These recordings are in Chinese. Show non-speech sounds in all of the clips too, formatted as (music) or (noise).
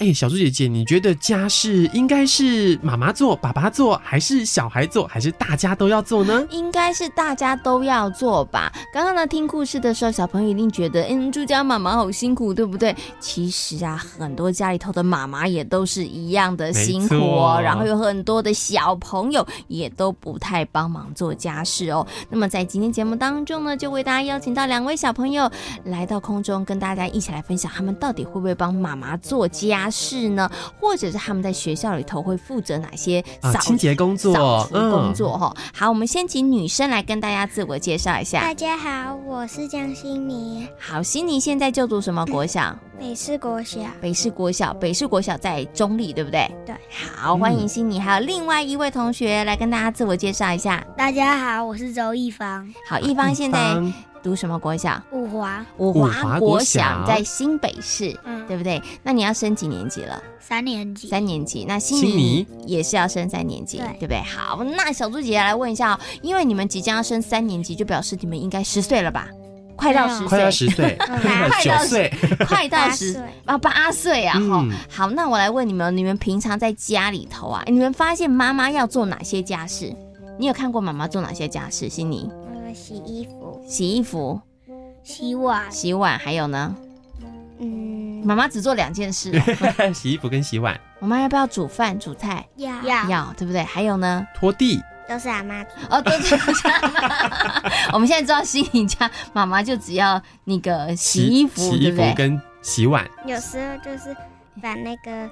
哎、小猪姐姐，你觉得家事应该是妈妈做、爸爸做，还是小孩做，还是大家都要做呢？应该是大家都要做吧。刚刚呢，听故事的时候，小朋友一定觉得，嗯，住家妈妈好辛苦，对不对？其实啊，很多家里头的妈妈也都是一样的辛苦没哦错。然后有很多的小朋友也都不太帮忙做家事哦。那么在今天节目当中呢，就为大家邀请到两位小朋友来到空中，跟大家一起来分享他们到底会不会帮妈妈做家事呢？或者是他们在学校里头会负责哪些啊扫清洁工作扫除工嗯作哈、好，我们先请女生来跟大家自我介绍一下大。家好，我是江心妮，好，悉尼现在就读什么国小？ (coughs) 北市国小。北市国小，北市国小在中立，对不对？对。好，欢迎悉尼，还有另外一位同学来跟大家自我介绍一下。大家好，我是周一芳，好，一方现在啊方读什么国小？五华，五华华国国小小在新北市，对嗯，不对？那你要升几年级了？三年级。三年级，那悉悉尼尼也是要升三年级，对对不对？好，那小猪姐姐来问一下、哦，因为你们即将要升三年级，就表示你们应该十岁了吧？快到没有十快要岁，十岁，嗯快九岁，快到八十岁啊八岁啊！哈、嗯好，那我来问你们，你们平常在家里头啊，你们发现妈妈要做哪些家事？你有看过妈妈做哪些家事？悉尼嗯，洗衣服、洗衣服、洗碗，洗碗，还有呢？嗯，妈妈只做两件事 (laughs) 哦、洗衣服跟洗碗、妈妈要不要煮饭、煮菜？要要，对不对？还有呢？拖地，都是阿妈做。哦，对对 (laughs) 对，我们现在知道心怡家妈妈就只要那个洗衣服，洗对衣不服对？跟洗碗。有时候就是把那个，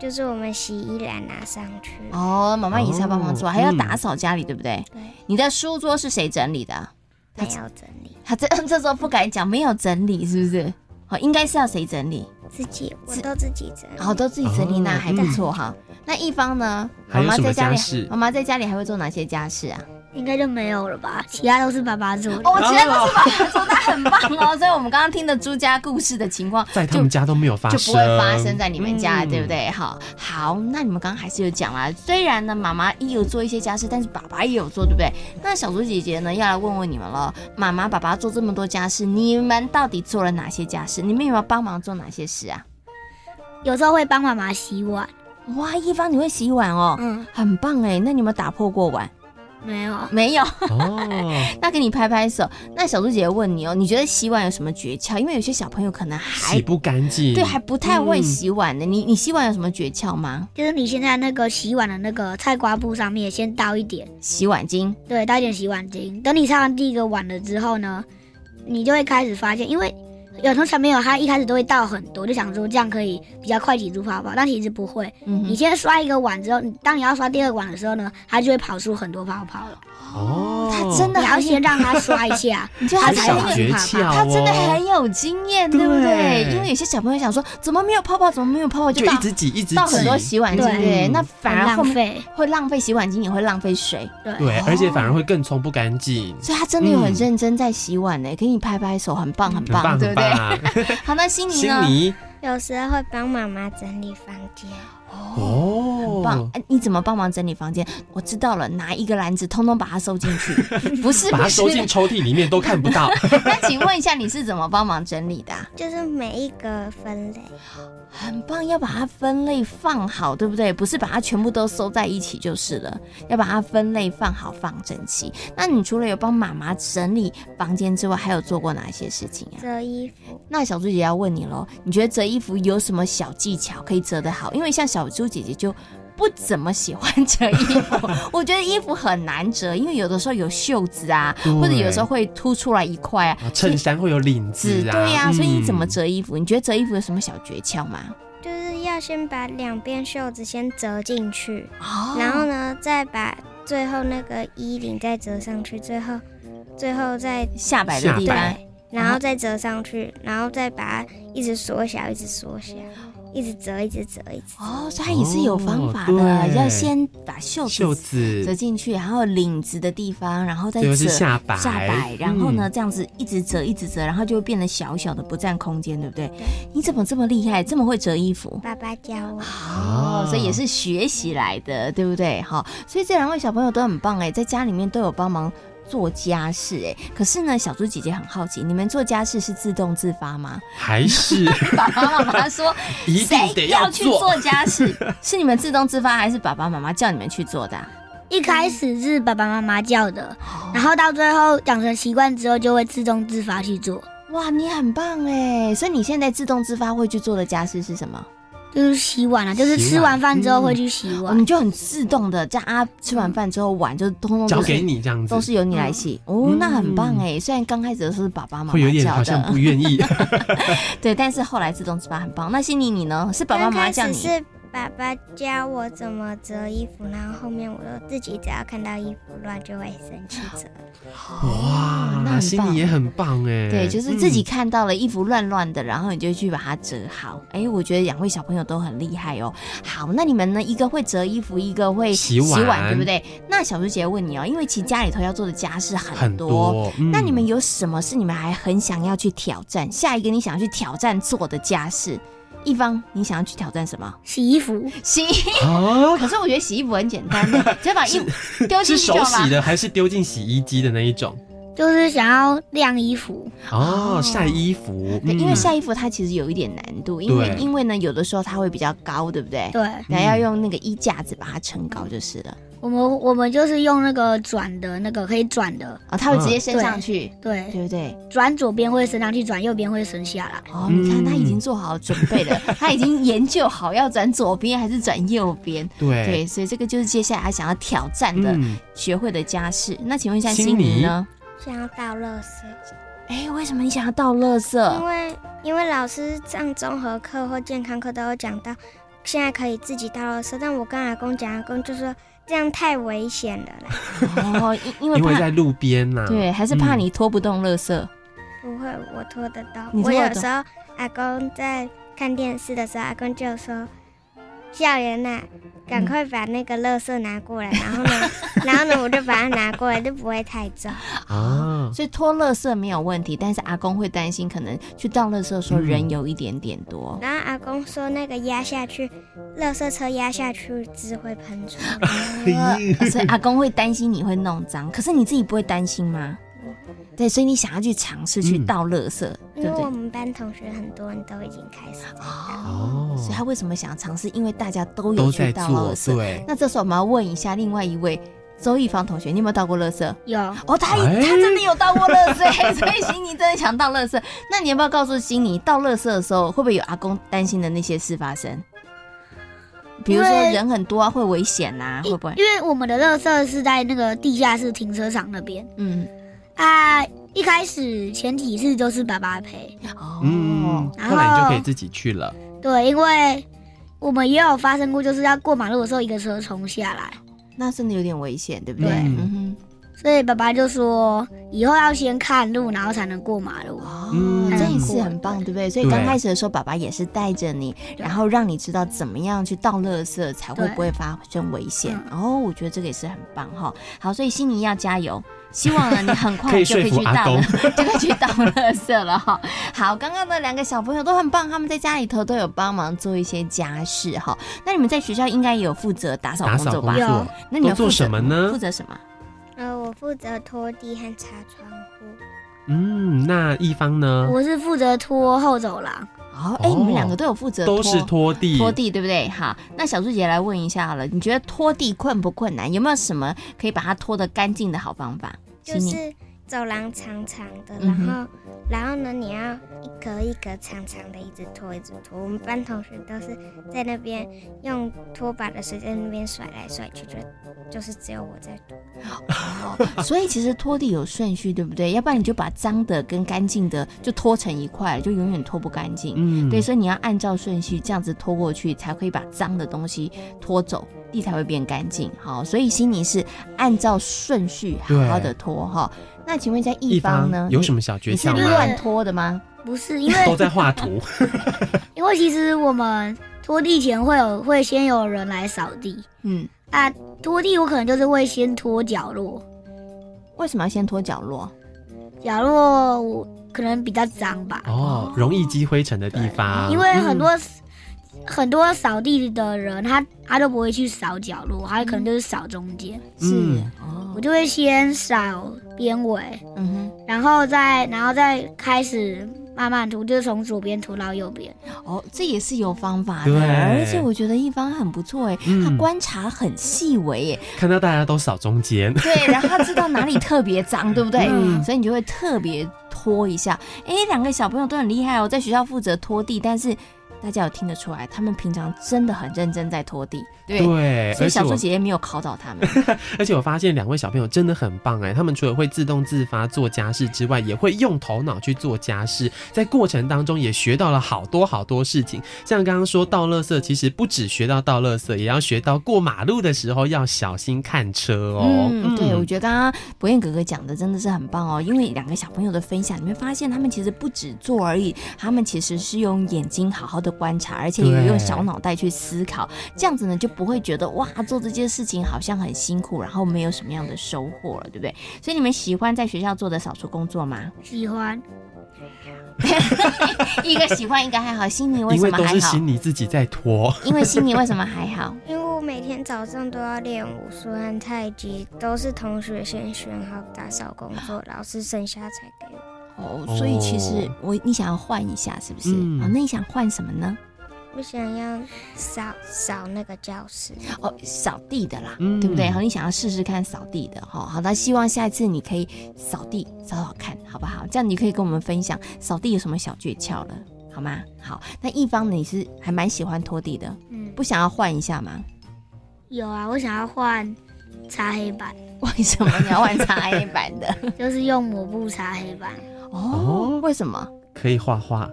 就是我们洗衣篮拿上去。哦，妈妈也是要帮忙做，哦还要打扫家里，对不对？对，你的书桌是谁整理的？没有整理，他这嗯这时候不敢讲，没有整理，是不是？哦，应该是要谁整理？自己我自都自己整理。哦，都自己整理，哦那还不错哈。那一方呢？还妈有妈什在么家里家事，妈妈在家里还会做哪些家事啊？应该就没有了吧？其他都是爸爸做的。哦，其他都是妈妈做，那很棒哦。所以我们刚刚听的朱家故事的情况，在他们家都没有发就生，不会发生在你们家，嗯对不？对？好，好，那你们刚刚还是有讲啦。虽然呢，妈妈也有做一些家事，但是爸爸也有做，对不对？那小猪姐姐呢，要来问问你们了。妈妈、爸爸做这么多家事，你们到底做了哪些家事？你们有没有帮忙做哪些事啊？有时候会帮妈妈洗碗。哇，一方你会洗碗哦，嗯，很棒哎。那你们打破过碗没有。没有？ (laughs) (laughs) 哦，那给你拍拍手。那小猪姐姐问你哦，你觉得洗碗有什么诀窍？因为有些小朋友可能还洗不干净，对还不太会嗯洗碗呢。你你洗碗有什么诀窍吗？就是你现在那个洗碗的那个菜瓜布上面先倒一点，洗碗巾。对，倒一点洗碗精。等你擦完第一个碗了之后呢，你就会开始发现，因为有时候小朋友他一开始都会倒很多，就想说这样可以比较快挤出泡泡，但其实不会。嗯哼你先刷一个碗之后，你当你要刷第二个碗的时候呢，它就会跑出很多泡泡了。哦，他真的你要很有先，让它刷一 (laughs) 下，你就还有他才小很会，诀窍哦，他真的很有经验，对不对？对因为有些小朋友想说，怎么没有泡泡，怎么没有泡泡，就倒一直挤，一直倒很多挤，洗碗巾，对不对？对那反很而后浪面费。会浪费洗碗巾，也会浪费水，对，而哦且反而会更冲不干净，所以他真的有很嗯认真在洗碗呢，给你拍拍手，很棒，很很棒棒，对很不对？棒。啊 (laughs) 好，那心妮悉呢？尼有时候会帮妈妈整理房间，哦，棒，哎你怎么帮忙整理房间？我知道了，拿一个篮子，通通把它收进 (laughs) 去，不是把不它收进是。抽屉里面都看不到。那请问一下，你是怎么帮忙整理的啊、就是每一个分类。很棒，要把它分类放好，对不对？不是把它全部都收在一起就是了，要把它分类放好，放整齐。那你除了有帮妈妈整理房间之外，还有做过哪些事情啊？折衣服，那小猪姐姐要问你喽，你觉得折衣服有什么小技巧可以折得好？因为像小猪姐姐就。不怎么喜欢折衣 (laughs) 服，我觉得衣服很难折，因为有的时候有袖子啊， (laughs) 对或者有时候会凸出来一块啊，啊衬衫会有领子子啊，对呀、所以你怎么嗯？折衣服？你觉得折衣服有什么小诀窍吗？就是要先把两边袖子先折进去，哦然后呢，再把最后那个衣领再折上去，最后，最后再下摆的地下方摆对，然后再折上去，然后再把它一直缩小，一直缩小。一直折，一直折，一直折。哦，所以它也是有方法哦的，对要先把袖袖子子折进去，然后领子的地方，然后再最折后是下摆，嗯下摆，然后呢，这样子一直折，一直折，然后就会变得小小的，不占空间，对不对？你怎么这么厉害，这么会折衣服？爸爸教我，啊哦，所以也是学习来的，对不对？好，所以这两位小朋友都很棒哎，在家里面都有帮忙做家事哎。可是呢，小猪姐姐很好奇，你们做家事是自动自发吗 (laughs) 嗯？还是爸爸妈妈说一定谁得要去做。做家事， (laughs) 是你们自动自发，还是爸爸妈妈叫你们去做的啊、一开始是爸爸妈妈教的，然后到最后养成习惯之后，就会自动自发去做，哇，你很棒哎！所以你现在自动自发会去做的家事是什么？就是洗碗啊，就是洗吃碗完饭之后会嗯去洗我碗。们就很自动的，这样啊，吃完饭之后碗就通通交都是给你这样子都，是由你来洗、哦，那很棒哎！虽然刚开始的时候是爸爸妈会有妈点教好像的不，愿意。 (laughs) 对，但是后来自动自发很棒。那心里你呢？是爸爸刚妈妈开叫始你？是爸爸教我怎么折衣服，然后后面我又自己只要看到衣服乱就会生气折。哦 (laughs) 那哇，很心棒里也很棒哎。对，就是自己嗯看到了衣服乱乱的，然后你就去把它折好。哎，我觉得两位小朋友都很厉害哦。好，那你们呢？一个会折衣服，一个会洗碗对不对？那小猪姐姐问你哦，因为其实家里头要做的家事很多，很多。嗯那你们有什么是你们还很想要去挑战？下一个你想要去挑战做的家事？一方，你想要去挑战什么？洗衣服，洗衣服。啊， (laughs) 可是我觉得洗衣服很简单， (laughs) 只要把衣服丢进是去手就好洗了。的还是丢进洗衣机的那一种？就是想要晾衣服，哦哦，晒衣服，对，因为嗯晒衣服它其实有一点难度，因为对因为呢，有的时候它会比较高，对不对？对对，嗯要用那个衣架子把它撑高就是了。我们我们就是用那个转的那个可以转的，哦，啊它会直接嗯升上去，对，对不对？转左边会升上去，转右边会升下来。哦，你看嗯他已经做好准 (laughs) 备了，他已经研究好要转左边还是转右边。对对，所以这个就是接下来他想要挑战的哎嗯，学会的家事。那请问一下心心仪呢？想要倒垃圾，哎，为什么你想要倒垃因圾？为因为老师上综合课或健康课都有讲到，现在可以自己倒垃圾，但我跟阿公讲，阿公就说这样太危险了啦，哦， (laughs) 因因为因为怕在路边呐，对，还是怕嗯你拖不动垃圾。不会，我拖得动。你我拖得有动时候阿公在看电视的时候，阿公就说：“校园呐、嗯赶快把那个垃圾拿过来。”然后 (laughs) 呢，然后呢，我就把它拿过来，就不会太重。 (laughs) 啊，所以拖垃圾没有问题，但是阿公会担心，可能去倒垃圾的时候嗯人有一点点多。然后阿公说，那个压下去，垃圾车压下去，汁会喷出来。 (laughs) 呃所以阿公会担心你会弄脏，可是你自己不会担心吗？对，所以你想要去尝试去嗯倒垃圾，因对为不对我？们班同学很多人都已经开始在倒，哦所以他为什么想要尝试？因为大家都有都去在倒做垃，圾。对，那这时候我们要问一下另外一位周一芳同学，你有没有倒过垃圾？有哦，他哎他真的有倒过垃圾， (laughs) 所以悉尼真的想倒垃圾。那你要不要告诉悉尼，倒垃圾的时候会不会有阿公担心的那些事发生？比如说因为人很多啊，会危险呐、会不会？因为我们的垃圾是在那个地下室停车场那边嗯，啊。一开始前几次都是爸爸陪，哦，嗯，然后来你就后可以自己去了，对，因为我们也有发生过，就是要过马路的时候一个车冲下来，那真的有点危险，对不对？对嗯所以爸爸就说以后要先看路，然后才能过马路哼，。哦，嗯这也是很棒，对不对？所以对刚开始的时候，爸爸也是带着你，然后让你知道怎么样去倒垃圾才会对不会发生危险。哦，我觉得这个也是很棒哈。好，所以悉尼要加油。希望呢，你很 (laughs) 可快以就可以说服去阿倒公了， (laughs) 就可以去倒垃圾了哈。好，刚刚的两个小朋友都很棒，他们在家里头都有帮忙做一些家事哈。那你们在学校应该也有负责打扫打工扫作工吧？作，那你们都做负责什么呢负责什么？呃，我负责拖地和擦窗户，嗯，那一方呢，我是负责拖后走廊，哦，哎，你们哦两个都有负责，都是拖地，拖地对不对？好，那小猪姐来问一下好了，你觉得拖地困不困难？有没有什么可以把它拖得干净的好方法？就 (laughs) 请你是走廊长长的，然嗯哼后然后呢，你要一格一格长长的一直拖一直拖。我们班同学都是在那边用拖把的水在那边甩来甩去，就就是只有我在拖。所以其实拖地有顺序，对不对？要不然你就把脏的跟干净的就拖成一块，就永远拖不干净。嗯，对，所以你要按照顺序这样子拖过去，才可以把脏的东西拖走，地才会变干净。好，所以悉尼是按照顺序好好的拖哈。那请问一下，一一方方呢？有什么小诀你是窍因为吗？乱拖的吗？不不是因 (laughs) 为都在画图。因为其实我们拖地前会有会先有人来扫地嗯，啊，拖地我可能就是会先拖角落，为什么要先拖角落？角落我可能比较脏吧，哦，容易积灰尘的地方，因为很多、很多扫地的人他他都不会去扫角落，他可能就是扫中间，是嗯我哦，就会先扫边尾，嗯哼，然后再然后再开始慢慢涂，就是从左边涂到右边。哦，这也是有方法的，对而且我觉得一方很不错哎，嗯他观察很细微耶，看到大家都扫中间，对，然后他知道 (laughs) 哪里特别脏，对不对？嗯所以你就会特别拖一下。哎，两个小朋友都很厉害哦，在学校负责拖地，但是大家有听得出来，他们平常真的很认真在拖地，对。 (laughs) 对，所以而且小猪我姐姐没有考倒他们，而且我发现两位小朋友真的很棒哎，他们除了会自动自发做家事之外，也会用头脑去做家事，在过程当中也学到了好多好多事情。像刚刚说倒垃圾，其实不只学到倒垃圾，也要学到过马路的时候要小心看车哦。嗯，对，我觉得刚刚博彦哥哥讲的真的是很棒哦，因为两个小朋友的分享，你会发现他们其实不止做而已，他们其实是用眼睛好好的观察，而且也对用小脑袋去思考，这样子呢就不会觉得哇做这件事情好像很辛苦，然后没有什么样的收获了，对 (laughs) 不对？所以你们喜欢在学校做的扫除工作吗？喜欢，一个喜欢，一个还好。心里为因什为么都还是 (laughs) 好？心里自己在拖，因为心里为什么还好？因为我每天早上都要练武术和太极，都是同学先选好打扫工作，老师剩下才给我。哦，所以其实哦我你想要换一下，是不是？嗯哦，那你想换什么呢？我想要扫扫那个教室，哦，扫地的啦，嗯对不对？好，你想要试试看扫地的哈、好，那希望下一次你可以扫地扫扫看，好不好？这样你可以跟我们分享扫地有什么小诀窍了，好吗？好，那一方你是还蛮喜欢拖地的，嗯，不想要换一下吗？ (laughs) 有啊，我想要换擦黑 (laughs) 板，为什么你要换擦黑板的？就是用抹布擦黑板，哦，为什么？可以画画。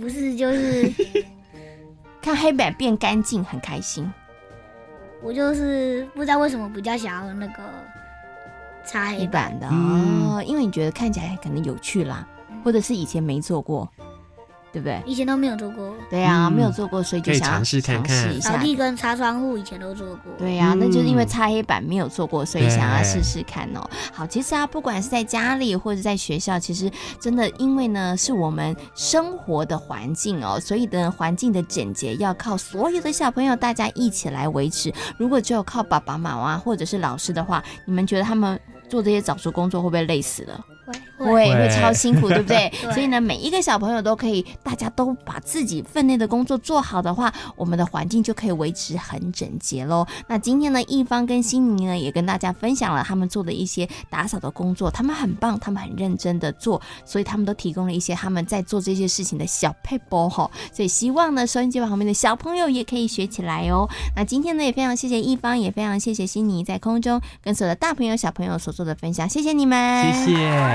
不是就是看黑板变干净很开心。我就是不知道为什么比较想要那个擦黑一板，版的嗯哦，因为你觉得看起来可能有趣啦，或者是以前没做过，对不对？以前都没有做过，对啊，嗯没有做过，所以就可以想要尝试看看尝试一扫下。地跟擦窗户以前都做过，对啊，嗯那就是因为擦黑板没有做过，所以对想要试试看哦。好，其实啊，不管是在家里或者在学校，其实真的因为呢是我们生活的环境哦，所以呢环境的整洁要靠所有的小朋友大家一起来维持。如果只有靠爸爸妈妈或者是老师的话，你们觉得他们做这些早熟工作会不会累死了？会会会会超辛苦，对不 (laughs) 对？对所以呢，每一个小朋友都可以，大家都把自己分内的工作做好的话，我们的环境就可以维持很整洁喽。那今天呢，一方跟心妮呢也跟大家分享了他们做的一些打扫的工作，他们很棒，他们很认真的做，所以他们都提供了一些他们在做这些事情的小配波哈。所以希望呢，收音机旁边的小朋友也可以学起来哦。那今天呢，也非常谢谢一方，也非常谢谢心妮在空中跟所有的大朋友小朋友所做的分享，谢谢你们，谢谢。